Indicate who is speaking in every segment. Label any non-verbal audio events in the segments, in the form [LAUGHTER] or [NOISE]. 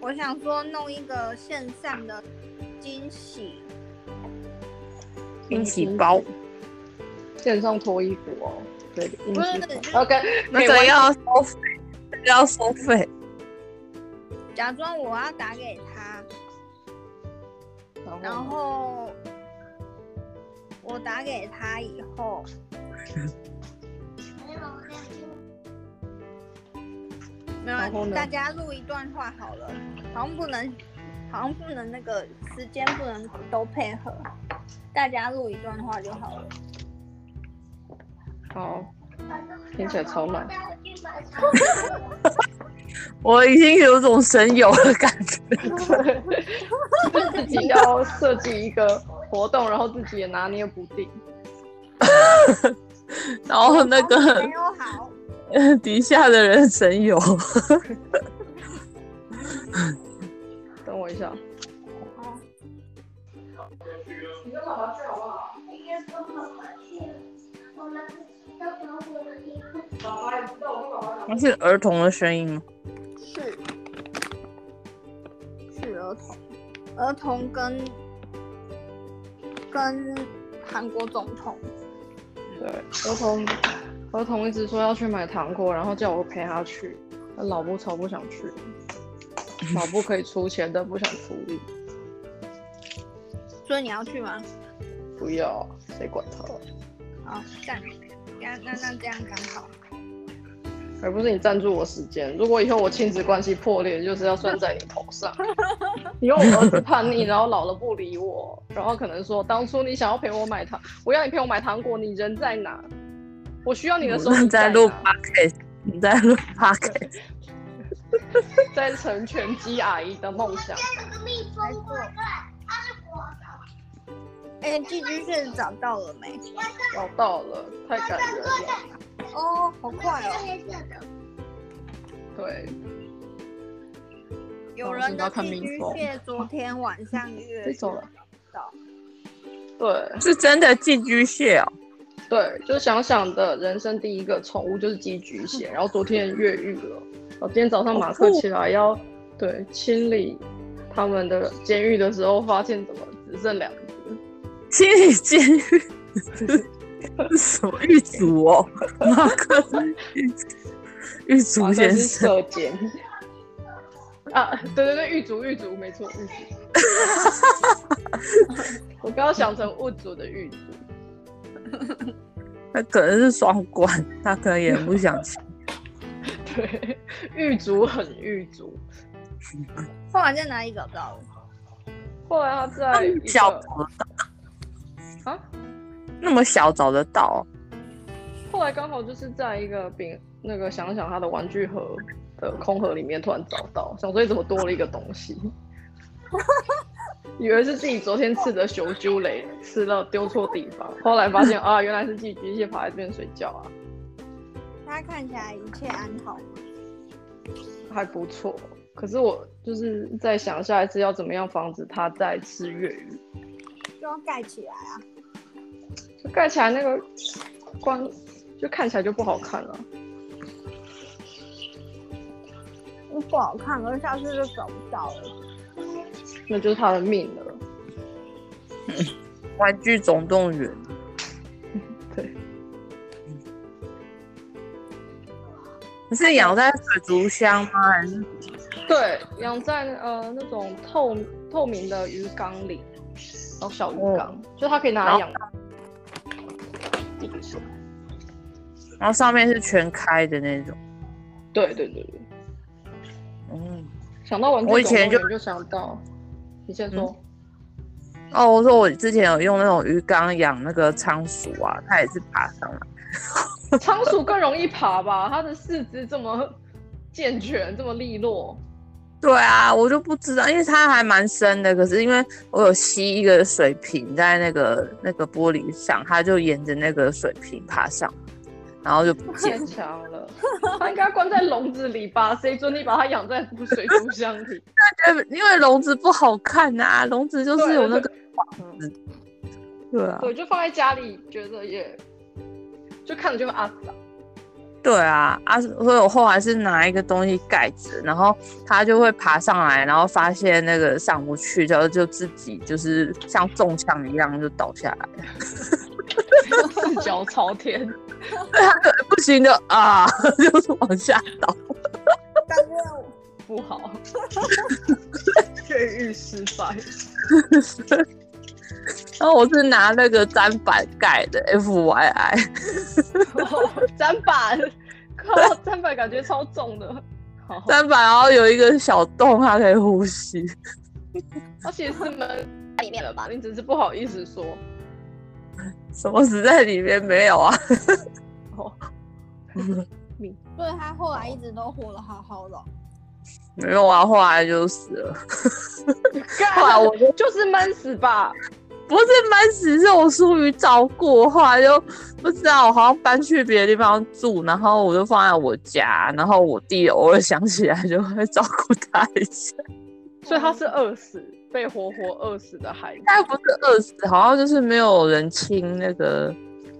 Speaker 1: 我想说弄一个线上的惊喜，
Speaker 2: 惊喜包，
Speaker 3: 嗯线上脱衣服哦，对，惊
Speaker 1: 不是
Speaker 3: 喜包。OK，
Speaker 2: 那个要收费，那个要收费。
Speaker 1: 假装我要打给他，然后我打给他以后，没有啊
Speaker 3: 然后，呢
Speaker 1: 大家录一段话好了，好像不能，好像不能那个时间不能都配合，大家录一段话就好了。
Speaker 3: 好， [LAUGHS] 听起来超慢。
Speaker 2: 我已经有种神游的感觉。
Speaker 3: 就自己要设计一个活动，然后自己也拿捏不定。
Speaker 2: 然后哦那个 [LAUGHS]
Speaker 1: 没有好，
Speaker 2: 底下的人神游，
Speaker 3: 等我一下，
Speaker 1: 哦，
Speaker 2: 那是儿童的声音吗？
Speaker 1: 是是儿童，儿童跟跟韩国总统，
Speaker 3: 对，儿童儿童一直说要去买糖果，然后叫我陪他去，但老布超不想去，老布可以出钱，但不想出力，
Speaker 1: 所以你要去吗？
Speaker 3: 不要，谁管他？
Speaker 1: 哦，这样，那那那这样刚好。
Speaker 3: 而不是你占住我时间。如果以后我亲子关系破裂，就是要算在你头上。以后我儿子叛逆，然后老了不理我，然后可能说当初你想要陪我买糖，我要你陪我买糖果，你人在哪？我需要你的时候
Speaker 2: 你
Speaker 3: 你
Speaker 2: 在
Speaker 3: 在
Speaker 2: 录
Speaker 3: 哪
Speaker 2: podcast，你在录 podcast，
Speaker 3: 在成全鸡阿姨的梦想。
Speaker 1: 哎，寄居蟹找到了没？
Speaker 3: 找到了，太感人了。
Speaker 1: 哦，好快哦！
Speaker 3: 对，
Speaker 1: 有人的
Speaker 3: 要看
Speaker 1: 寄
Speaker 3: 民
Speaker 1: 居
Speaker 3: 风
Speaker 1: 蟹昨天晚上越
Speaker 3: 飞走了。
Speaker 1: 到，
Speaker 3: 对
Speaker 2: 是真的寄居蟹哦。
Speaker 3: 对，就想想的人生第一个宠物就是寄居蟹，然后昨天越狱了，我今天早上马克起来要对清理他们的监狱的时候，发现怎么只剩两只。
Speaker 2: 心理监狱是什么狱卒哦？马克思狱卒狱
Speaker 3: 马
Speaker 2: 卒
Speaker 3: 克
Speaker 2: 先
Speaker 3: 是
Speaker 2: 生，
Speaker 3: 射箭。啊，对对对，狱卒狱卒，没错，狱卒。我刚刚想成物主的狱卒，
Speaker 2: 他可能是双关，他可能也不想去。
Speaker 3: 对，狱卒很狱卒。
Speaker 1: 后来在哪里找到的？
Speaker 3: 后来他
Speaker 2: 那
Speaker 3: 在一
Speaker 2: 么
Speaker 3: 个
Speaker 2: 小找得到，
Speaker 3: 啊，
Speaker 2: 那么小找得到哦、
Speaker 3: 后来刚好就是在一个饼那个想想他的玩具盒的空盒里面突然找到，想说怎么多了一个东西， [LAUGHS] 以为是自己昨天吃的熊鸠雷吃了丢错地方，后来发现啊原来是寄居蟹爬在这边睡觉啊，
Speaker 1: 他看起来一切安好。
Speaker 3: 还不错。可是我就是在想下一次要怎么样防止它再吃越狱，
Speaker 1: 就要盖起来啊！
Speaker 3: 就盖起来那个光就看起来就不好看了。
Speaker 1: 不好看，而下次就找不到了。
Speaker 3: 那就是他的命了。
Speaker 2: 玩具总动员》
Speaker 3: 对，
Speaker 2: 你是养在水族箱吗？还是
Speaker 3: 对，养在呃那种透透明的鱼缸里，然后小鱼
Speaker 2: 哦
Speaker 3: 缸，就它可以拿来养。寄居蟹
Speaker 2: 然后上面是全开的那种？
Speaker 3: 对对对对，
Speaker 2: 嗯，
Speaker 3: 想到玩具
Speaker 2: 我以前
Speaker 3: 总动员就想到，你先说。
Speaker 2: 哦，我说我之前有用那种鱼缸养那个仓鼠啊，它也是爬上来。嗯
Speaker 3: [LAUGHS] 仓鼠更容易爬吧？它的四肢这么健全，这么利落。
Speaker 2: 对啊，我就不知道，因为它还蛮深的，可是因为我有吸一个水瓶在那个那个玻璃上，它就沿着那个水瓶爬上，然后就不见
Speaker 3: 太
Speaker 2: 了。
Speaker 3: 强了，它应该关在笼子里吧？谁准你把它养在水族
Speaker 2: [LAUGHS]
Speaker 3: 箱里？
Speaker 2: 对因为笼子不好看啊，笼子就是有那个
Speaker 3: 嗯
Speaker 2: 对啊，
Speaker 3: 对，就放在家里，觉得也就看着就会啊死啊。
Speaker 2: 对啊，啊，所以我后来是拿一个东西盖着，然后它就会爬上来，然后发现那个上不去，然后就自己就是像中枪一样就倒下来，
Speaker 3: 四脚朝天，
Speaker 2: 不行的啊， [LAUGHS] 就是往下倒。
Speaker 1: 但是
Speaker 3: 不好， [LAUGHS] 越狱失 [LAUGHS] 败。
Speaker 2: 然后我是拿那个砧板盖的，FYI，
Speaker 3: 砧板，靠，砧板感觉超重的。好，
Speaker 2: 砧板然后有一个小洞，它可以呼吸。
Speaker 3: 它其实是门里面了吧？你只是不好意思说。
Speaker 2: 什么死在里面没有啊？
Speaker 3: 哦，
Speaker 1: 所以他后来一直都活得好好的哦、
Speaker 2: 没有啊，后来就死了。
Speaker 3: 后来我就是闷死吧。
Speaker 2: 不是闷死，是我疏于照顾，后来就不知道，我好像搬去别的地方住，然后我就放在我家，然后我弟偶尔想起来就会照顾他一下。
Speaker 3: 所以他是饿死，被活活饿死的孩子。
Speaker 2: 他又不是饿死，好像就是没有人亲那个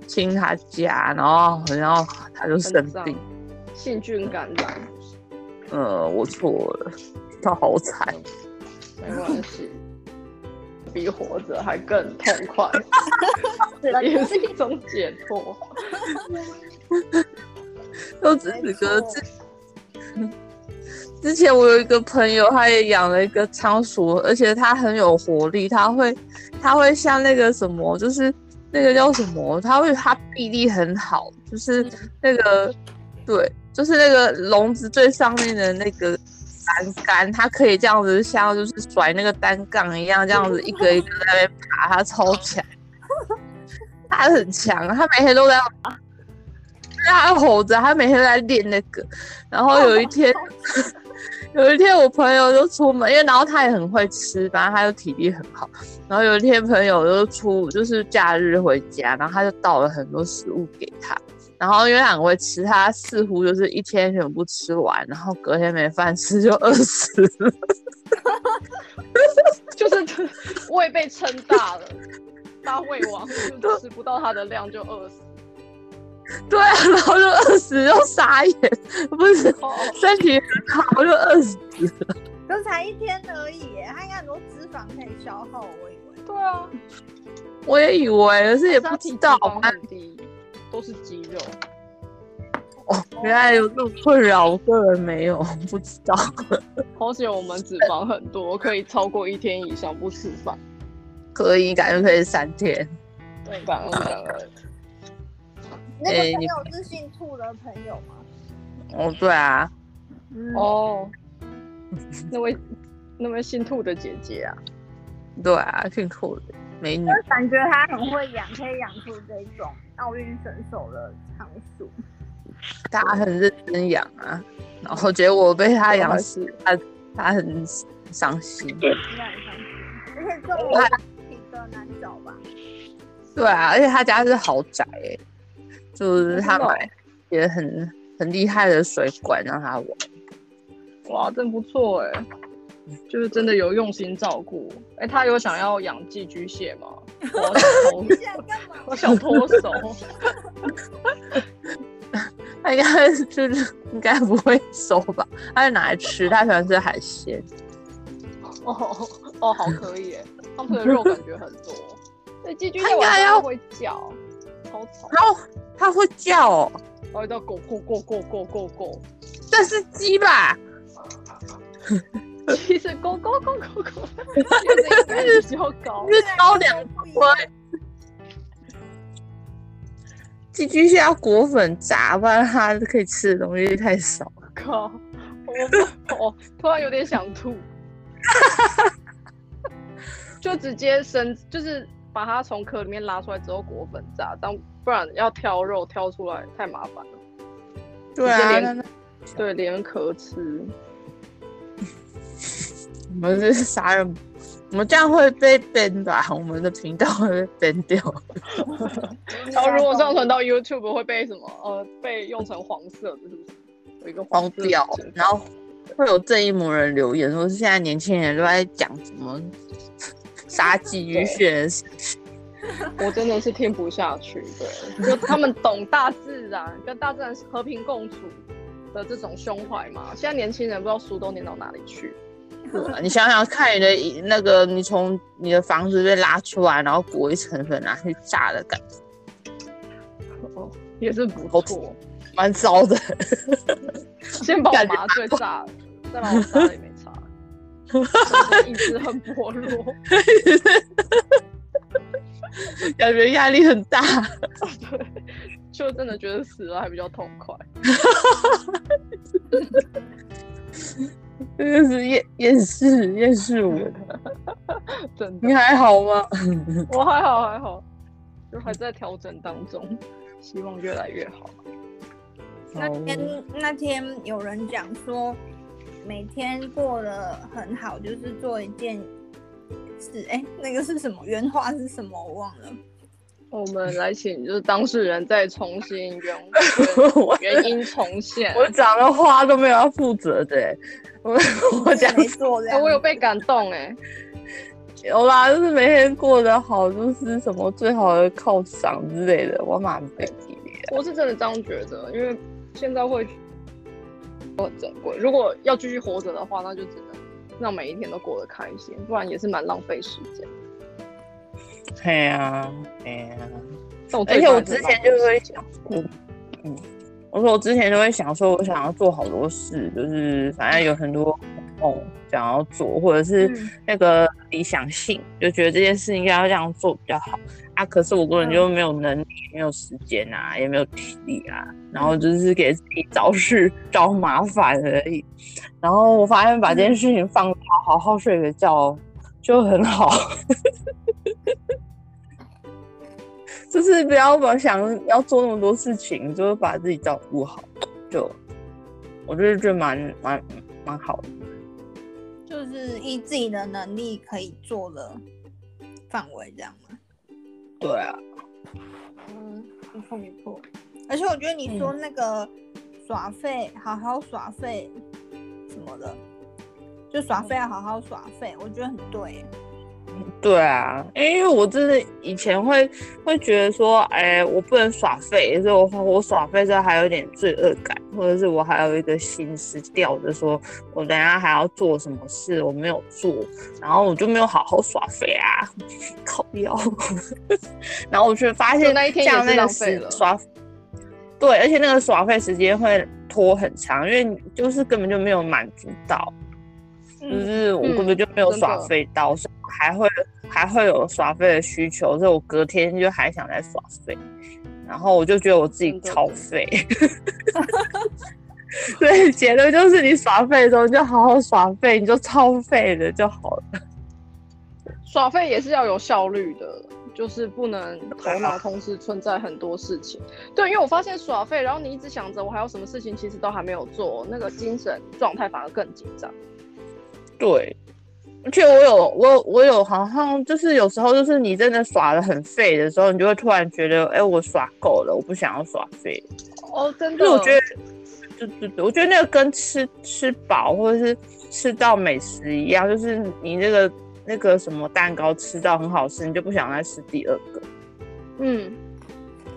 Speaker 2: 亲他家，然后然后他就生病。
Speaker 3: 细菌感染，
Speaker 2: 呃，我错了，他好惨。
Speaker 3: 没关系，比活着还更痛 [LAUGHS] 快，
Speaker 1: 死了
Speaker 3: 也是一种解脱。
Speaker 2: 就只是个自之前我有一个朋友，他也养了一个仓鼠，而且它很有活力，它会，它会像那个什么，就是那个叫什么，它会它臂力很好，就是那个，对，就是那个笼子最上面的那个栏杆，它可以这样子像就是甩那个单杠一样，这样子一个一个在那边爬，它超强， [LAUGHS] 它很强，它每天都在爬，它吼着，它每天都在练那个，然后有一天。有一天我朋友就出门，因为然后他也很会吃，反正他就体力很好。然后有一天朋友就出，就是假日回家，然后他就倒了很多食物给他。然后因为他很会吃，他似乎就是一天全部吃完，然后隔天没饭吃就饿死了。 [LAUGHS]
Speaker 3: 就是胃被撑大了，大胃王就吃不到它的量就饿死。
Speaker 2: 对啊，然后就饿死，就傻眼，不是
Speaker 3: 哦，
Speaker 2: 身体很好就饿死。
Speaker 1: 可是才一天而已耶，他应该很多脂肪可以消耗，我以为。
Speaker 3: 对啊，
Speaker 2: 我也以为，可是也
Speaker 3: 它
Speaker 2: 不
Speaker 3: 体
Speaker 2: 知
Speaker 3: 脂
Speaker 2: 道
Speaker 3: 肪
Speaker 2: 啊
Speaker 3: 很低，都是肌肉。
Speaker 2: 哦，原来有这种困扰，我个人没有，不知道。
Speaker 3: 好险我们脂肪很多，可以超过一天以上不吃饭。
Speaker 2: 可以，感觉可以三天。
Speaker 3: 对，感恩感恩。
Speaker 1: 那个
Speaker 2: 哎
Speaker 1: 朋
Speaker 2: 你
Speaker 1: 友是姓兔的朋友吗？
Speaker 2: 哦，对啊，
Speaker 1: 嗯，
Speaker 3: 哦，那位那位姓兔的姐姐啊，
Speaker 2: 对啊，挺酷的美女。
Speaker 1: 感觉他很会养，可以养出这种奥运选手的仓鼠。
Speaker 2: 他很认真养啊，然后结果被他养死，
Speaker 3: 死。
Speaker 2: 他他很伤心。
Speaker 1: 应该很伤心，而且这种比较难找吧？
Speaker 2: 对啊，而且他家是豪宅、欸，就是他
Speaker 3: 真的哦
Speaker 2: 买也很很厉害的水管让他玩。
Speaker 3: 哇，真不错哎、就是真的有用心照顾。哎、他有想要养寄居蟹吗？我好想
Speaker 1: 你
Speaker 3: 脱，
Speaker 1: 想干嘛？
Speaker 3: 我想脱手。
Speaker 2: 他应该就是应该不会收吧？他是拿来吃，他喜欢吃海鲜。
Speaker 3: 哦哦，好可以哎、他们的肉感觉很多。对，寄居蟹
Speaker 2: 它应该
Speaker 3: 晚
Speaker 2: 要
Speaker 3: 上会叫，超吵，
Speaker 2: 然后他会叫、哦，
Speaker 3: 然后叫狗狗狗狗狗狗狗，
Speaker 2: 这是鸡吧？
Speaker 3: 其实狗狗狗狗狗，就是感觉比较高。
Speaker 2: 是高粱龟。寄居蟹要裹粉炸，不然它可以吃的东西太少。
Speaker 3: 靠！我我突然有点想吐，就直接生，就是把它从壳里面拉出来之后裹粉炸，当不然要挑肉挑出来太麻烦了。
Speaker 2: 对
Speaker 3: 直接
Speaker 2: 啊，
Speaker 3: 连
Speaker 2: 那
Speaker 3: 对，连壳吃，
Speaker 2: 我们是杀人，我们这样会被 ban 吧？我们的频道会被 ban 掉。
Speaker 1: 啊
Speaker 3: 然后如果上传到 YouTube 会被什么？呃，被用成黄色的，是不是？有一个
Speaker 2: 荒
Speaker 3: 色的
Speaker 2: 掉
Speaker 3: 形，状
Speaker 2: 然后会有这一模人留言说，现在年轻人都在讲什么杀寄居蟹的事情，
Speaker 3: 我真的是听不下去。对，就他们懂大自然，跟大自然和平共处的这种胸怀嘛。现在年轻人不知道书都念到哪里去。
Speaker 2: 对啊你想想看，你的那个你从你的房子被拉出来，然后裹一层粉拿去炸的感觉，
Speaker 3: 哦，也是不错。
Speaker 2: 蛮糟的。
Speaker 3: 先把我麻醉炸了，再把我炸了也没差。就是意志很薄弱。
Speaker 2: 感觉压力很大。 [LAUGHS]
Speaker 3: 对，就真的觉得死了还比较痛快。
Speaker 2: 这个是厌厌世厌世文，
Speaker 3: 真的
Speaker 2: 你，还好吗？
Speaker 3: 我还好还好，就还在调整当中，希望越来越好。
Speaker 1: 那天那天有人讲说，每天做的很好，就是做一件事。哎、那个是什么原话是什么？我忘了。
Speaker 3: 我们来请就是当事人再重新原
Speaker 2: 我
Speaker 3: 原因重现。
Speaker 2: 我讲的话都没有要负责的、我我讲
Speaker 1: 没做
Speaker 3: 哎、
Speaker 1: 量，
Speaker 3: 我有被感动哎、
Speaker 2: 有啦，就是每天过得好，就是什么最好的犒赏之类的，我蛮被激励的。
Speaker 3: 我是真的这样觉得，因为现在会都很珍贵。如果要继续活着的话，那就只能让每一天都过得开心，不然也是蛮浪费时间。
Speaker 2: 对呀，对呀、
Speaker 3: 但我
Speaker 2: 而
Speaker 3: 最
Speaker 2: 且
Speaker 3: 怕
Speaker 2: 我
Speaker 3: 是
Speaker 2: 之
Speaker 3: 浪
Speaker 2: 前
Speaker 3: 费
Speaker 2: 就
Speaker 3: 时
Speaker 2: 会
Speaker 3: 间
Speaker 2: 想，嗯嗯，我说我之前就会想说，我想要做好多事，就是反正有很多梦哦想要做，或者是
Speaker 1: 嗯
Speaker 2: 那个理想性，就觉得这件事应该要这样做比较好啊。可是我个人就没有能力，没有时间啊，也没有体力啊，然后就是给自己找事找麻烦而已。然后我发现把这件事情放掉，好好睡个觉就很好。 [LAUGHS] 就是不要把想要做那么多事情，就是把自己照顾好，就我就是觉得蛮蛮蛮好的。
Speaker 1: 就是依自己的能力可以做的范围这样嘛。
Speaker 2: 对啊，
Speaker 1: 嗯，不错不错。而且我觉得你说那个耍废，好好耍废什么的，就耍废要好好耍废，我觉得很对耶。
Speaker 2: 对啊，因为我真的以前会会觉得说，哎、我不能耍废，所以我我耍废之后还有点罪恶感，或者是我还有一个心思吊着，说我等一下还要做什么事，我没有做，然后我就没有好好耍废啊，靠腰。 [LAUGHS] 然后我却发
Speaker 3: 就
Speaker 2: 现
Speaker 3: 那一天
Speaker 2: 这样
Speaker 3: 也是
Speaker 2: 那个
Speaker 3: 浪费
Speaker 2: 时
Speaker 3: 了
Speaker 2: 耍，对，而且那个耍废时间会拖很长，因为你就是根本就没有满足到。
Speaker 3: 嗯
Speaker 2: 就，是我根本就没有
Speaker 3: 真
Speaker 2: 耍
Speaker 3: 的
Speaker 2: 废到，所以我还会还会有耍废的需求，所以我隔天就还想再耍废，然后我就觉得我自己
Speaker 3: 真的
Speaker 2: 超
Speaker 3: 真的
Speaker 2: 废。 [LAUGHS] 所以结论就是，你耍废的时候你就好好耍废，你就超废的就好了。
Speaker 3: 耍废也是要有效率的，就是不能
Speaker 2: 啊
Speaker 3: 头脑同时存在很多事情。对，因为我发现耍废，然后你一直想着我还有什么事情，其实都还没有做，那个精神状态反而更紧张。
Speaker 2: 对，而且我有我有我有好像就是有时候就是你真的耍的很废的时候，你就会突然觉得，哎、我耍够了，我不想要耍废了
Speaker 3: 哦，真
Speaker 2: 就
Speaker 3: 的，
Speaker 2: 是我觉得，对对对，我觉得那个跟吃吃饱或者是吃到美食一样，就是你那个那个什么蛋糕吃到很好吃，你就不想再吃第二个。
Speaker 3: 嗯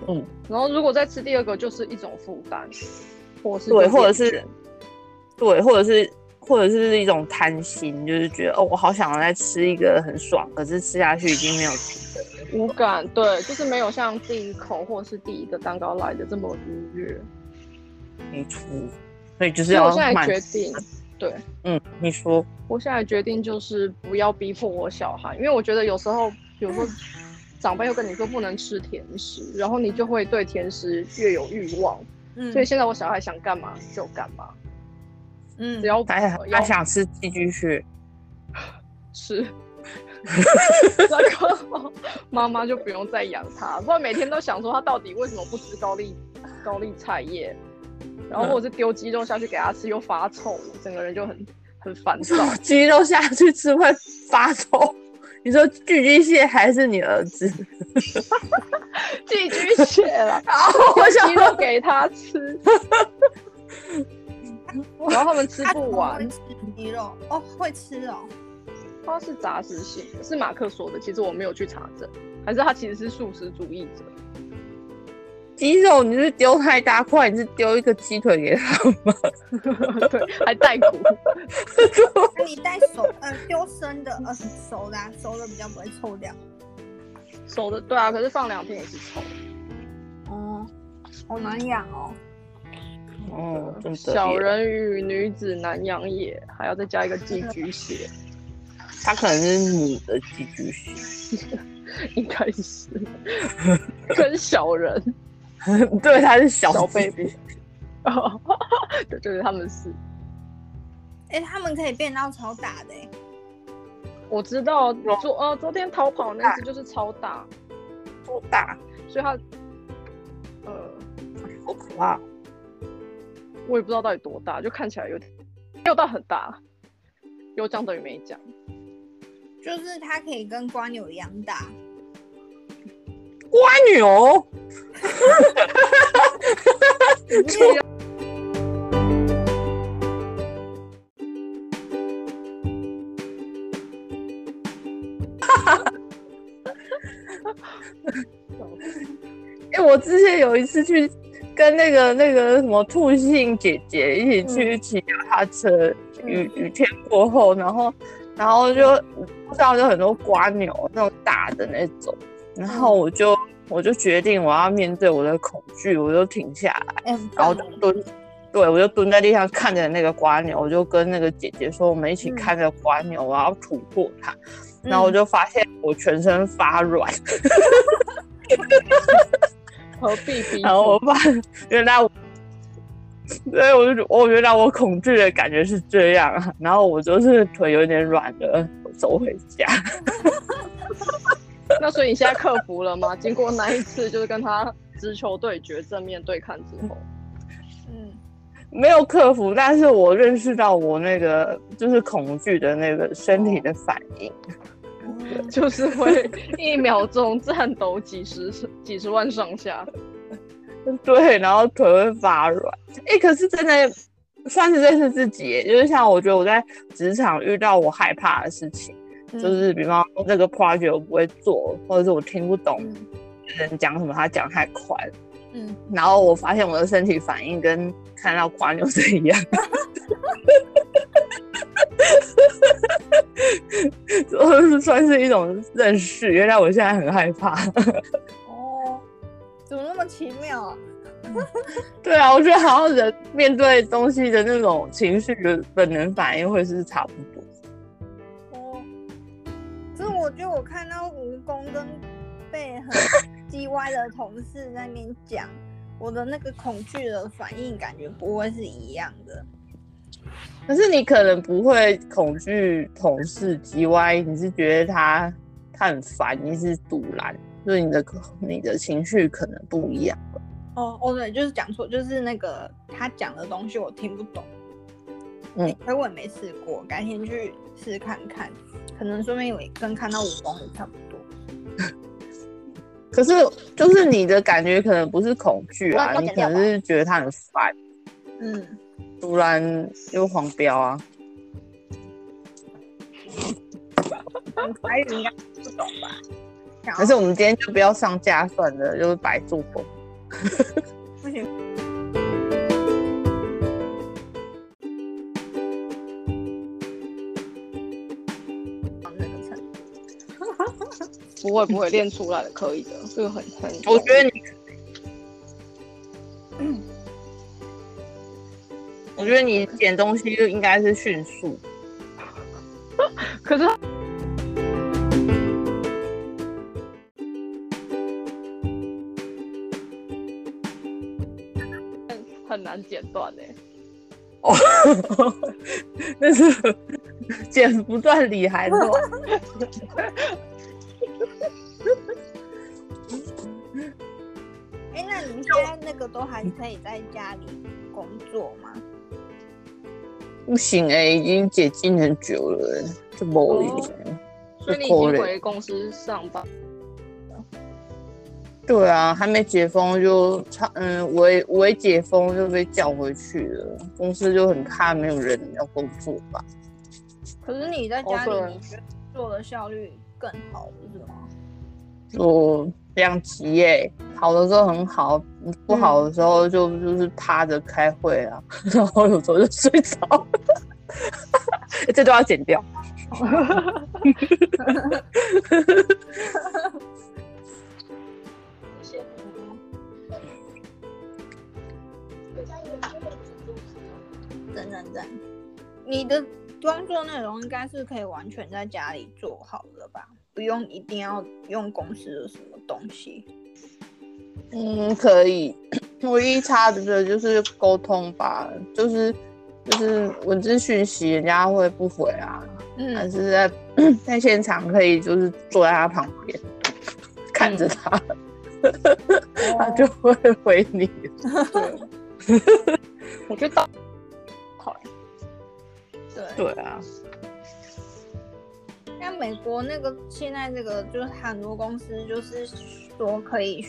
Speaker 2: 嗯。
Speaker 3: 然后如果再吃第二个，就是一种负担，或是
Speaker 2: 对
Speaker 3: 就
Speaker 2: 或者
Speaker 3: 厌
Speaker 2: 是
Speaker 3: 倦
Speaker 2: 对，或者是或者是一种贪心，就是觉得哦，我好想要再吃一个很爽，可是吃下去已经没有吃的。
Speaker 3: 无感，对，就是没有像第一口或是第一个蛋糕来的这么愉悦。
Speaker 2: 没错，所以就是
Speaker 3: 所以我
Speaker 2: 要
Speaker 3: 现在
Speaker 2: 满
Speaker 3: 决
Speaker 2: 足
Speaker 3: 定，对
Speaker 2: 嗯，你说
Speaker 3: 我现在决定就是不要逼迫我小孩，因为我觉得有时候，比如说长辈会跟你说不能吃甜食，然后你就会对甜食越有欲望。
Speaker 1: 嗯
Speaker 3: 所以现在我小孩想干嘛就干嘛，
Speaker 1: 嗯
Speaker 3: 只，要
Speaker 2: 他
Speaker 3: 我
Speaker 2: 他
Speaker 3: 要
Speaker 2: 想吃寄居蟹，
Speaker 3: 吃。 [LAUGHS] 然后妈妈就不用再养它，不然每天都想说它到底为什么不吃高丽高丽菜叶，然后或者是丢鸡肉下去给它吃又发臭，整个人就很很烦躁。
Speaker 2: 鸡肉下去吃会发臭。你说寄居蟹还是你儿子？
Speaker 3: [LAUGHS] 寄居蟹 [LAUGHS] 啦，
Speaker 2: 我
Speaker 3: 丢
Speaker 2: 想
Speaker 3: 鸡肉给它 [LAUGHS] 吃，然后他们吃
Speaker 1: 他
Speaker 3: 不
Speaker 1: 怎么
Speaker 3: 完
Speaker 1: 啊会。吃鸡肉哦，会吃哦。
Speaker 3: 它是杂食性，是马克说的，其实我没有去查证。还是他其实是素食主义者？ [LAUGHS]
Speaker 2: 鸡肉你是丢太大块，你是丢一个鸡腿给他吗？
Speaker 3: 对，还带骨。
Speaker 1: 那你带熟，呃，丢生的，呃，熟的、啊，熟的比较不会臭掉。
Speaker 3: 熟的，对啊，可是放凉天也是臭。
Speaker 1: 哦，好难养哦。
Speaker 2: 哦，真的
Speaker 3: 小人与女子难养也，还要再加一个寄居蟹，
Speaker 2: 它可能是母的寄居蟹，
Speaker 3: 应该是跟小人
Speaker 2: [LAUGHS] 对，它是小
Speaker 3: 小
Speaker 2: 鸡
Speaker 3: baby。哦， [LAUGHS] 对对对，他们是。
Speaker 1: 哎、他们可以变到超大的、欸，
Speaker 3: 我知道昨呃昨天逃跑那只就是超大，
Speaker 2: 多大？
Speaker 3: 所以它呃
Speaker 2: 好可怕！
Speaker 3: 我也不知道到底多大，就看起来有点没有到很大，有讲等于没讲。
Speaker 1: 就是它可以跟瓜牛一样大。
Speaker 2: 瓜牛，哎、我之前有一次去跟那个那个什么兔姓姐姐一起去骑脚踏车，雨雨天过后，然后然后就路上就很多瓜牛那种大的那种，然后我就我就决定我要面对我的恐惧，我就停下来，
Speaker 1: 哎、很
Speaker 2: 然后
Speaker 1: 棒
Speaker 2: 就蹲。对，我就蹲在地上看着那个瓜牛，我就跟那个姐姐说，我们一起
Speaker 1: 嗯
Speaker 2: 看着瓜牛，我要突破它。然后我就发现我全身发软，
Speaker 3: 何必逼
Speaker 2: 然后我
Speaker 3: 我
Speaker 2: 发现原来我，所以我就觉我原来我恐惧的感觉是这样啊，然后我就是腿有点软的走回家，
Speaker 3: [LAUGHS] 那所以你现在克服了吗？经过那一次就是跟他直球对决、正面对抗之后，
Speaker 1: 嗯，
Speaker 2: 没有克服，但是我认识到我那个就是恐惧的那个身体的反应，
Speaker 1: 嗯
Speaker 3: 就是会 [LAUGHS] 一秒钟战斗几十几十万上下。
Speaker 2: [LAUGHS] 对，然后腿会发软，哎，可是真的算是认识自己耶，就是像我觉得我在职场遇到我害怕的事情，
Speaker 1: 嗯
Speaker 2: 就是比方说这个 project 我不会做，或者是我听不懂
Speaker 1: 嗯
Speaker 2: 人讲什么，他讲太快了。
Speaker 1: 嗯，
Speaker 2: 然后我发现我的身体反应跟看到瓜牛是一样， [LAUGHS] 就是算是一种认识。原来我现在很害怕， [LAUGHS]
Speaker 1: 哦，怎么那么奇妙啊？
Speaker 2: 对啊，我觉得好像人面对东西的那种情绪的本能反应会是差不多。
Speaker 1: 哦，这我觉得我看到蜈蚣跟被
Speaker 2: [LAUGHS]
Speaker 1: 很叽歪的同事在那边讲，我的那个恐惧的反应感觉不会是一样的。
Speaker 2: 可是你可能不会恐惧同事 G Y，你是觉得他他很烦，你是堵拦，所以你的你的情绪可能不一样。
Speaker 1: 哦哦对，就是讲错，就是那个他讲的东西我听不懂。
Speaker 2: 嗯
Speaker 1: 诶，可我也没试过，改天去试看看，可能说明我跟看到蜈蚣也差不多。
Speaker 2: 可是就是你的感觉可能不是恐惧啊，
Speaker 1: 我要
Speaker 2: 你
Speaker 1: 剪
Speaker 2: 可
Speaker 1: 掉吧
Speaker 2: 能是觉得他很烦， [LAUGHS]
Speaker 1: 嗯，
Speaker 2: 突然又黄标啊。
Speaker 1: 我台语应该不懂吧？然后
Speaker 2: 可是我们今天就不要上架算了，就是白做工。
Speaker 1: 不行。那个程度
Speaker 3: 不会不会练出来的，可以的，这个很很。
Speaker 2: 我觉得你，我觉得你点东西就应该是迅速，
Speaker 3: 可是很难剪断哎、
Speaker 2: [LAUGHS] 但是剪不断理还乱。
Speaker 1: 哎、那你们现在那个都还可以在家里工作吗？
Speaker 2: 不行哎、已经解禁很久了、欸就没
Speaker 3: 哦
Speaker 2: 用。
Speaker 3: 所以你已
Speaker 2: 够
Speaker 3: 经
Speaker 2: 了
Speaker 3: 回公司上班，
Speaker 2: 对啊，还没解封就差，嗯，我也我一解封就被叫回去了，公司就很怕没有人要工作吧。
Speaker 1: 可是你在家里，
Speaker 3: 哦对
Speaker 1: 你觉得做的效率更好，不是吗？
Speaker 2: 我两极耶，欸好的时候很好，不好的时候就、就是趴着开会啊， [LAUGHS] 然后有时候就睡着了， [LAUGHS] 这都要剪掉。
Speaker 1: 真真真，你的工作内容应该是可以完全在家里做好了吧？不用一定要用公司的什么东西。
Speaker 2: 嗯，可以。 [CLEARS THROAT] 唯一差的就是沟通吧，就是就是文字讯息人家会不回啊，但
Speaker 1: 嗯，
Speaker 2: 是在 [CLEARS THROAT] 在现场可以就是坐在他旁边看着他， [LAUGHS] 他就会回你。
Speaker 3: 对，我觉得当
Speaker 1: 对。
Speaker 2: 对啊，
Speaker 1: 那美国那个现在这个就是很多公司就是说可以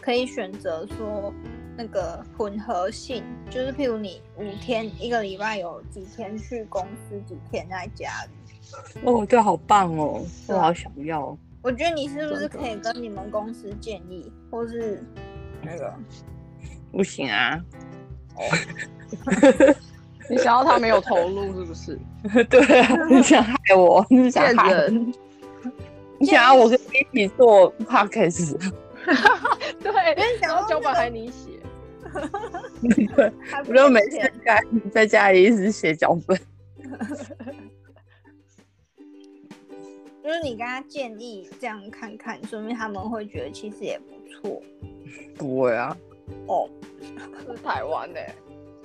Speaker 1: 可以选择说那个混合性，就是譬如你五天一个礼拜有几天去公司，几天在家里。
Speaker 2: 哦，这好棒哦，
Speaker 1: 我好
Speaker 2: 想要。
Speaker 1: 我觉得你是不是
Speaker 2: 真的
Speaker 1: 可以跟你们公司建议，或是那个
Speaker 2: 不行啊， [LAUGHS]
Speaker 3: 你想要他没有投入是不是？
Speaker 2: 对啊，你想害我，你想
Speaker 3: 骗
Speaker 2: 害我， [LAUGHS]
Speaker 3: 人，
Speaker 2: 你想要我跟你一起做 podcast，
Speaker 1: 因
Speaker 3: 对，
Speaker 1: 为想
Speaker 3: 然
Speaker 1: 要
Speaker 3: 后
Speaker 1: 那
Speaker 3: 脚本
Speaker 1: 个
Speaker 3: 还你写，
Speaker 2: 对，
Speaker 1: 还不
Speaker 2: 我就每
Speaker 1: 用
Speaker 2: 天
Speaker 1: 钱
Speaker 2: 在在家里一直写脚本。
Speaker 1: 就是你跟他建议这样看看，说明他们会觉得其实也不错
Speaker 2: 不会啊，
Speaker 1: 哦。
Speaker 3: 是台湾呢、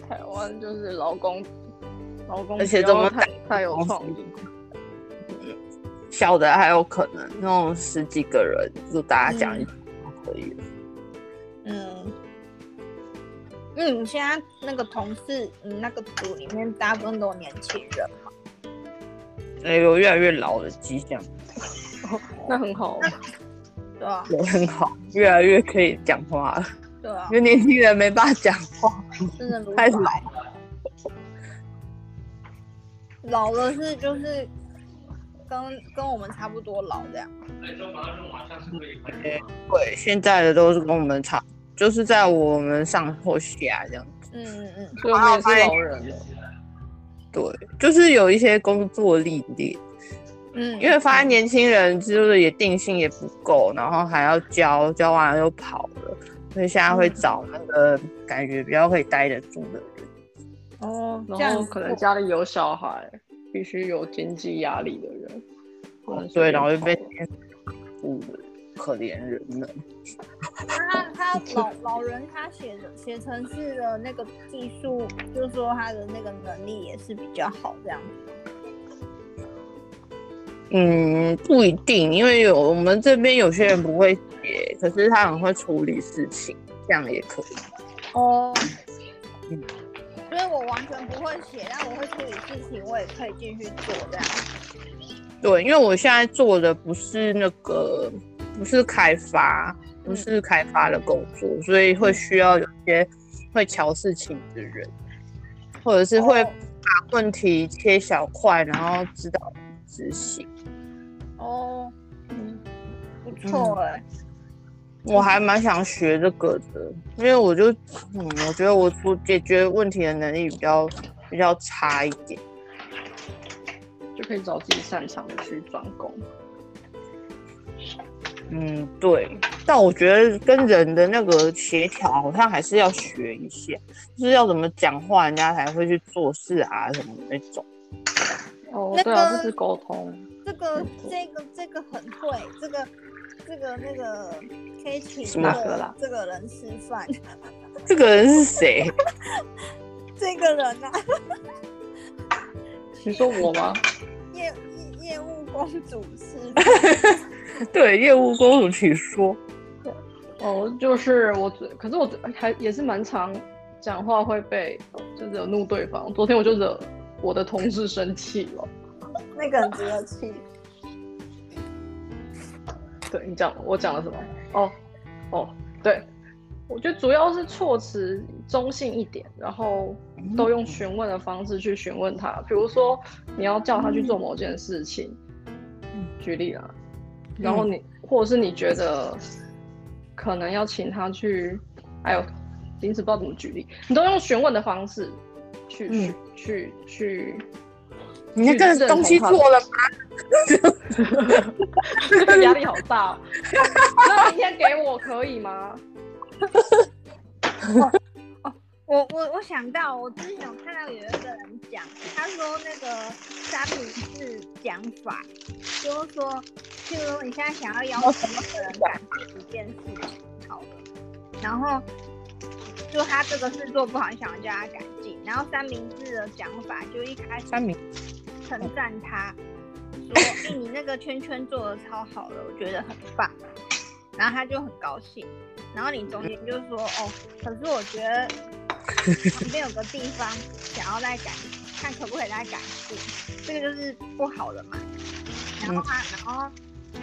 Speaker 3: 台湾就是劳工，劳工
Speaker 2: 而且
Speaker 3: 不要
Speaker 2: 这么
Speaker 3: 太太有创意，
Speaker 2: 小的还有可能那种十几个人，就大家讲一讲就可以了。
Speaker 1: 嗯，嗯，你现在那个同事，你那个组里面大部分都是年轻人，
Speaker 2: 哎、有越来越老的迹象，
Speaker 3: 那很好。啊
Speaker 1: 对吧、啊？
Speaker 2: 有很好，越来越可以讲话了，
Speaker 1: 对啊
Speaker 2: 因，为年轻人没办法讲话。
Speaker 1: 真的如
Speaker 2: 太老
Speaker 1: 白。老了是就是跟跟我们差不多老这样，
Speaker 2: 对，现在的都是跟我们差，就是在我们上或下这样。
Speaker 1: 嗯嗯嗯，
Speaker 3: 所以我们
Speaker 2: 啊
Speaker 3: 也是老人了，
Speaker 2: 对，就是有一些工作历练，
Speaker 1: 嗯，
Speaker 2: 因为发现年轻人就是也定性也不够，然后还要教，教完了又跑了，所以现在会找那个感觉比较可以待得住的人。
Speaker 1: 哦，这
Speaker 3: 然
Speaker 1: 样
Speaker 3: 后
Speaker 1: 子
Speaker 3: 可能家里有小孩，必须有经济压力的人，不能随
Speaker 2: 哦对，
Speaker 3: 便
Speaker 2: 然后就被
Speaker 3: 跑
Speaker 2: 不可怜人了。
Speaker 1: 那他他老老人他写的写程式的那个技术，就是说他的那个能力也是比较好这样子，
Speaker 2: 嗯，不一定，因为有我们这边有些人不会写，可是他很会处理事情，这样也可以。
Speaker 1: 哦
Speaker 2: 嗯，
Speaker 1: 因为我完全不会写，但我会处理事情，我也可以继续做这样。
Speaker 2: 对，因为我现在做的不是那个，不是开发，不
Speaker 1: 嗯
Speaker 2: 是开发的工作，所以会需要有一些会瞧事情的人，或者是会
Speaker 1: 哦
Speaker 2: 把问题切小块，然后知道执行。
Speaker 1: 哦，嗯，不错哎、
Speaker 2: 我
Speaker 1: 嗯
Speaker 2: 还蛮想学这个的，因为我就嗯，我觉得我处解决问题的能力比较比较差一点。
Speaker 3: 就可以找自己擅长的去专攻。
Speaker 2: 嗯，对，但我觉得跟人的那个协调好像还是要学一下，就是要怎么讲话，人家才会去做事啊什么那种。
Speaker 3: 哦
Speaker 1: 那，
Speaker 3: 对啊，
Speaker 1: 个
Speaker 3: 这是沟通。
Speaker 1: 这个
Speaker 3: 没错
Speaker 1: 这个这个很会，这个这个那个可以请
Speaker 2: 什
Speaker 1: 这
Speaker 2: 么
Speaker 3: 歌
Speaker 1: 个
Speaker 3: 啦
Speaker 1: 这个人吃饭， [LAUGHS]
Speaker 2: 这个人是谁？ [LAUGHS]
Speaker 1: 这个人啊，
Speaker 3: 你说我吗？
Speaker 1: 业业业务公主吃饭。
Speaker 2: 对，业务公主，请说。
Speaker 3: 哦，就是我最，可是我最还也是蛮常讲话会被就惹怒对方。昨天我就惹我的同事生气了。
Speaker 1: 那个很值得去。
Speaker 3: 对你讲，我讲了什么？哦，哦，对，我觉得主要是措辞中性一点，然后
Speaker 4: 嗯
Speaker 3: 都用询问的方式去询问他。比
Speaker 4: 嗯
Speaker 3: 如
Speaker 4: 嗯
Speaker 3: 说，你要叫他去做某件事情，举例啦，然后你、或者是你觉得可能要请他去，哎呦，临时不知道怎么举例，你都用询问的方式去、
Speaker 4: 嗯
Speaker 3: 去去去，
Speaker 4: 你那个东西做了吗？
Speaker 3: 压力好大、
Speaker 2: [LAUGHS]
Speaker 3: 哦。那明天给我可以吗？
Speaker 1: 我我我想到，我之前有看到有一个人讲，他说那个三明治讲法，就是说，譬如说你现在想要要求一个人感谢一件事情，好的，然后就他这个事做不好，你想要叫他改进，然后三明治的讲法就一开始
Speaker 2: 三明
Speaker 1: 称赞他，说，哎、你那个圈圈做的超好了，我觉得很棒，然后他就很高兴，然后你中间就说，哦，可是我觉得旁边有个地方想要再改，看可不可以再改进，这个就是不好的嘛。然后他，然后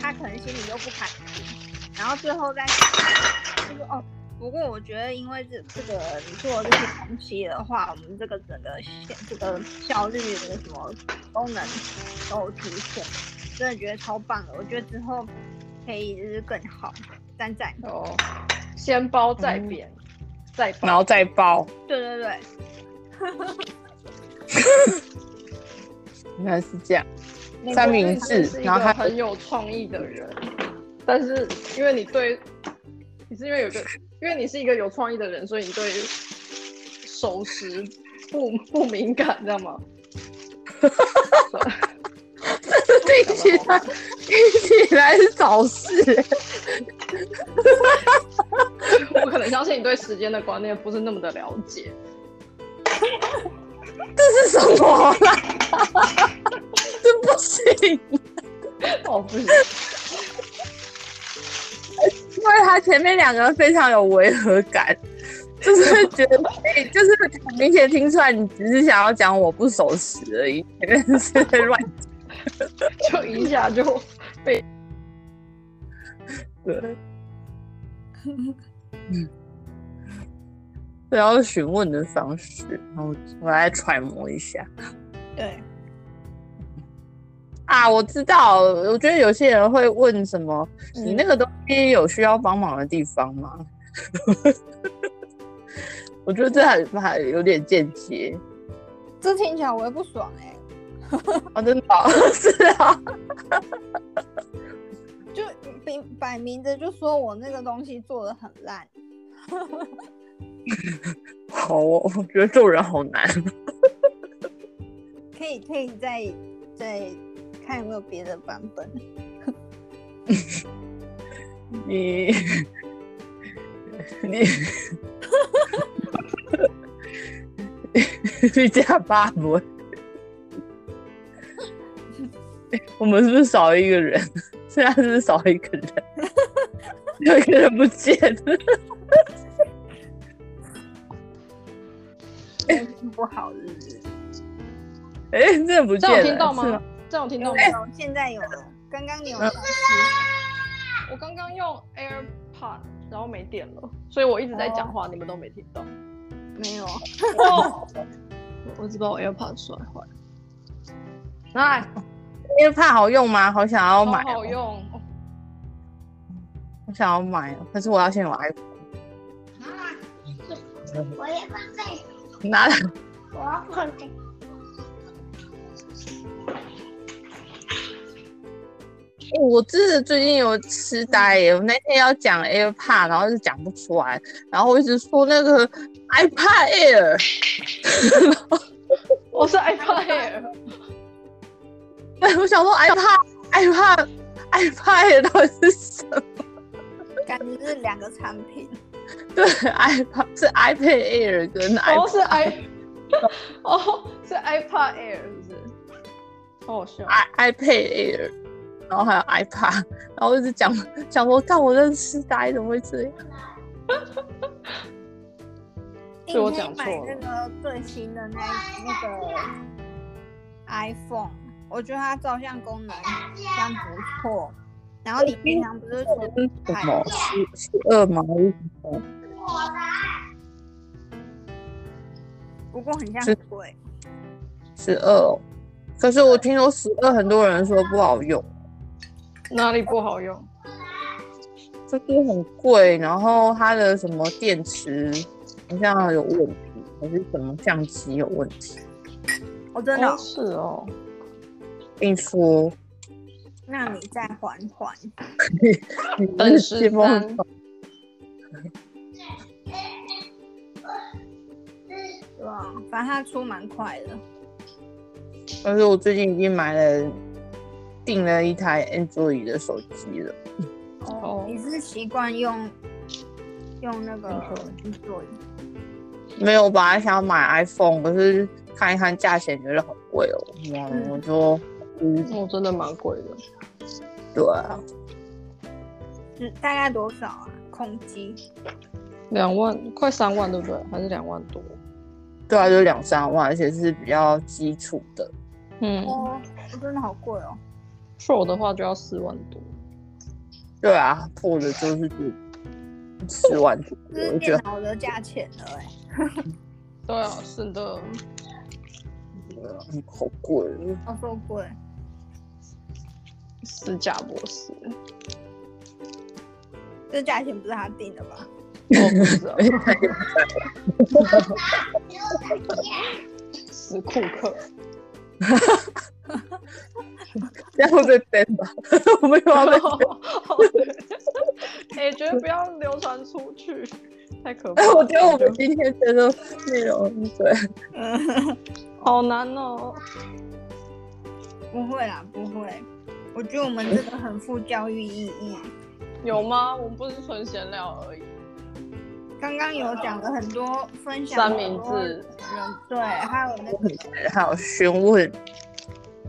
Speaker 1: 他可能心里又不开心，然后最后再就是哦，不过我觉得因为这这个你做的这些东西的话，我们这个整个效这个效率这个什么功能都有提升，真的觉得超棒的。我觉得之后可以就是更好，赞赞。
Speaker 3: 哦，先包再扁，
Speaker 2: 嗯
Speaker 3: 再包
Speaker 2: 然后再包，
Speaker 1: 对对对，
Speaker 2: 原来是这样。
Speaker 3: 你
Speaker 2: 三
Speaker 3: 不
Speaker 2: 明
Speaker 3: 是你
Speaker 2: 治
Speaker 3: 是一
Speaker 2: 然后
Speaker 3: 个
Speaker 2: 还
Speaker 3: 很有创意的人，但是因为你对，你是因为有个，因为你是一个有创意的人，所以你对熟食不不敏感，知道吗？
Speaker 2: [LAUGHS] 听起来听起来是早事，欸
Speaker 3: 我可能相信你对时间的观念不是那么的了解。
Speaker 2: 这是什么啦？ [LAUGHS] 这不行，
Speaker 3: 哦，不行，
Speaker 2: 因为他前面两个非常有违和感， [LAUGHS] 就是会觉得，哎就是很明显听出来你只是想要讲我不守时而已，前面是乱
Speaker 3: 就一下就
Speaker 2: 啊
Speaker 3: 被
Speaker 2: 的。嗯，这要是询问的方式，然后我来揣摩一下。
Speaker 1: 对，
Speaker 2: 啊，我知道，我觉得有些人会问什么，
Speaker 1: 嗯
Speaker 2: 你那个东西有需要帮忙的地方吗？ [LAUGHS] 我觉得这还还有点间接
Speaker 1: 这听起来我也不爽哎、
Speaker 2: 啊，真的哦、 [LAUGHS] 是啊，
Speaker 1: 就明摆明着就说我那个东西做的很烂，
Speaker 2: 好哦， [LAUGHS] 我觉得做人好难。
Speaker 1: 可以可以再再看有没有别的版本。
Speaker 2: 你你 [LAUGHS] 你假巴不会？我们是不是少一个人？现在是不是少一个人？有一个人不见了，
Speaker 1: 心情不好日子，
Speaker 2: [LAUGHS] 哎、真的不
Speaker 3: 这
Speaker 2: 见
Speaker 3: 样有
Speaker 2: 了，
Speaker 3: 听到
Speaker 2: 是
Speaker 3: 吗？？这样有听到
Speaker 1: 有
Speaker 3: 吗？
Speaker 1: 有现在有了，刚刚你有东西，
Speaker 3: 我刚刚用 AirPod，然后没电了，所以我一直在讲话，你们都没听到。
Speaker 1: 没有？
Speaker 3: 哦， [LAUGHS] 我只把我 AirPod 摔坏了。来，
Speaker 2: 因为怕好用吗？好想要
Speaker 3: 好
Speaker 2: 买、
Speaker 3: 好
Speaker 2: 哦，
Speaker 3: 用。哦
Speaker 2: 我想要买、哦，可是我要先有 iPhone，
Speaker 5: 妈妈，我也放在，
Speaker 2: 拿来
Speaker 5: 我要放在。
Speaker 2: 欸我真的最近有痴呆耶！我那天要讲 AirPod，然后就讲不出来，然后我一直说那个 iPad Air， [LAUGHS]
Speaker 3: 我是 iPad Air，
Speaker 2: 对，我想说 iPad iPad iPad Air 到底是什么？ [LAUGHS]
Speaker 1: 感觉是两个产品，
Speaker 2: 对，iPad 是 iPad Air 跟
Speaker 3: 哦
Speaker 2: iPad，
Speaker 3: 是 i，哦是 iPad Air 是不是？好好笑。
Speaker 2: i iPad Air，然后还有 iPad，然 [LAUGHS] 后我一直讲想说，看我这痴呆怎么会这样？
Speaker 1: 你
Speaker 3: 是我
Speaker 1: 可以
Speaker 3: 讲错
Speaker 1: 买
Speaker 3: 了
Speaker 1: 那个最新的那那个 iPhone，我觉得它照相功能相不错。然后你平常不是说
Speaker 2: 嗯什么十十二毛一毛？
Speaker 1: 不过很像很贵，
Speaker 2: 十二、哦，可是我听说十二很多人说不好用。
Speaker 3: 哪里不好用？
Speaker 2: 就是很贵，然后它的什么电池好像有问题，还是什么相机有问题？
Speaker 1: 我、真的哦、
Speaker 3: 是哦，
Speaker 2: 并说
Speaker 1: 那你再缓缓。
Speaker 2: 你
Speaker 3: 等
Speaker 2: 是
Speaker 3: 时
Speaker 2: 电风
Speaker 3: 间
Speaker 2: 扇
Speaker 1: 对啊，反正它出蛮快的。
Speaker 2: 但是我最近已经买了，订了一台 Android 的手机了。
Speaker 1: 哦
Speaker 3: 哦，
Speaker 1: 你是习惯用用那个
Speaker 3: 嗯
Speaker 1: 对，
Speaker 2: 没有，我本来想买 iPhone，可是看一看价钱觉得好贵哦，嗯、我就嗯，
Speaker 3: 哦，真的蛮贵的。
Speaker 2: 对啊，
Speaker 1: 是大概多少啊？空机
Speaker 3: 两万快三万对不对？还是两万多？
Speaker 2: 对啊，就两三万，而且是比较基础的。
Speaker 3: 嗯
Speaker 1: 哦，真的好贵哦。
Speaker 3: ，Pro 的话就要四万多。
Speaker 2: 对啊，破的就是十万左
Speaker 1: 这
Speaker 2: 右，
Speaker 1: 是
Speaker 2: 我觉
Speaker 1: 电
Speaker 2: 得
Speaker 1: 脑的价钱了哎、
Speaker 3: 对啊，是的。
Speaker 2: 嗯好贵。
Speaker 1: 好哦说贵。
Speaker 3: 是贾博 [LAUGHS] 士，
Speaker 1: 这价钱不是他定的吧？
Speaker 3: 我哦不知道是库克，
Speaker 2: 这样会被 ban 吧？ [LAUGHS] 我们又要被 [LAUGHS]
Speaker 3: [LAUGHS] 哎、绝对不要流传出去，太可怕
Speaker 2: 哎，
Speaker 3: 了。
Speaker 2: 我觉得我们今天这个内容对，
Speaker 1: 呃
Speaker 3: 好难哦。
Speaker 1: [LAUGHS] 不会啦，不会。我觉得我们这个很富教育意义。
Speaker 3: 有吗？我们不是纯闲聊而已。
Speaker 1: 刚刚有讲了很多分享
Speaker 3: 三明
Speaker 2: 啊
Speaker 1: 很多人
Speaker 3: 治，
Speaker 1: 对，还有那个
Speaker 2: 还有询问，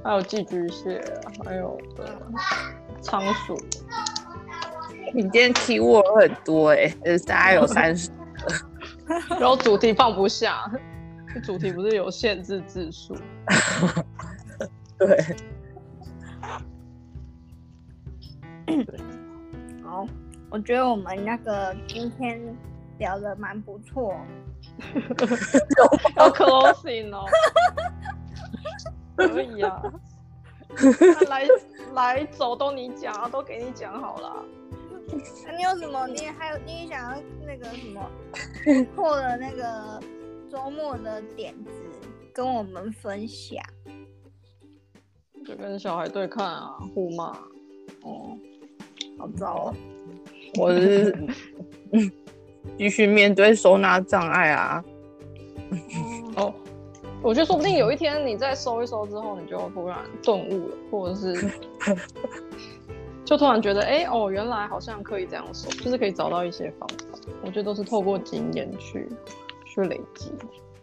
Speaker 3: 还有寄居蟹，还有呃
Speaker 2: 嗯
Speaker 3: 仓鼠。
Speaker 2: 你今天 keyword 很多哎、呃，大概有三十。
Speaker 3: 然后主题放不下，主题不是有限制字数？
Speaker 2: 对，
Speaker 1: 好，我觉得我们那个今天聊的蛮不错。啊
Speaker 3: 要 closing 哦。可以
Speaker 2: [LAUGHS]
Speaker 3: 啊，那来来走都你讲啊，都给你讲好了。
Speaker 1: 那、你有什么？你也还有你也想要那个什 [LAUGHS] 么不错的那个周末的点子跟我们分享？
Speaker 3: 就跟小孩对看啊，互骂。
Speaker 1: 哦，好糟哦。
Speaker 2: 我是 [LAUGHS] 继续面对收纳障碍啊。
Speaker 3: 哦，我觉得说不定有一天你再搜一搜之后，你就突然顿悟了，或者
Speaker 2: [LAUGHS]
Speaker 3: 是就突然觉得，哎、哦，原来好像可以这样搜，就是可以找到一些方法。我觉得都是透过经验去去累积。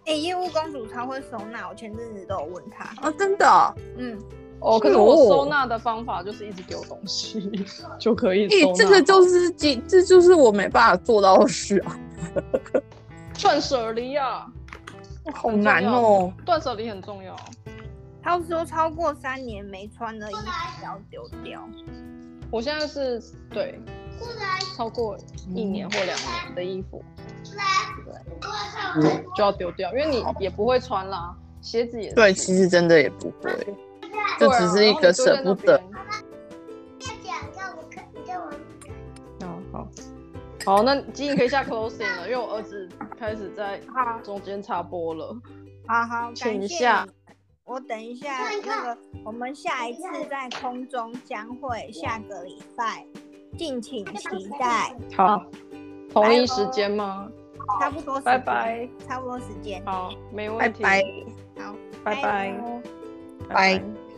Speaker 1: 哎、业务公主超会收纳，我前阵子都有问她。
Speaker 2: 啊，真的哦、
Speaker 1: 嗯，
Speaker 3: 哦，可是
Speaker 2: 哦
Speaker 3: 我收纳的方法就是一直丢东西就可
Speaker 2: [LAUGHS]
Speaker 3: 以
Speaker 2: 咦、
Speaker 3: 收纳。
Speaker 2: 这个就是这这就是我没办法做到的事啊，
Speaker 3: 断舍离啊，
Speaker 2: 好难哦。
Speaker 3: 断舍离很重要。
Speaker 1: 她说超过三年没穿的衣服要丢掉。
Speaker 3: 我现在是对超过一年或两年的衣服就要丢掉，因为你也不会穿啦，鞋子也是啊
Speaker 2: 对，其实真的也不会，就只是一个舍不啊得。。
Speaker 3: 对啊然后你丢在那边哦，好，好，那基你可以下 closing 了，因为我儿子开始在
Speaker 1: 好，
Speaker 3: 中间插播了。
Speaker 1: 好好，
Speaker 3: 请
Speaker 1: 感
Speaker 3: 一
Speaker 1: 谢
Speaker 3: 下
Speaker 1: 你。我等一下
Speaker 5: 看一看
Speaker 1: 那个，我们下一次在空中相会，下个礼拜，敬请期待。
Speaker 3: 好，同一时间吗？
Speaker 1: 差不多时
Speaker 3: 拜
Speaker 1: 间，
Speaker 3: 拜，
Speaker 1: 差不多时间，
Speaker 3: 好，没
Speaker 2: 拜
Speaker 3: 问题。
Speaker 2: 拜，
Speaker 1: 好，
Speaker 3: 拜拜，
Speaker 1: 哦
Speaker 2: 拜
Speaker 3: 拜。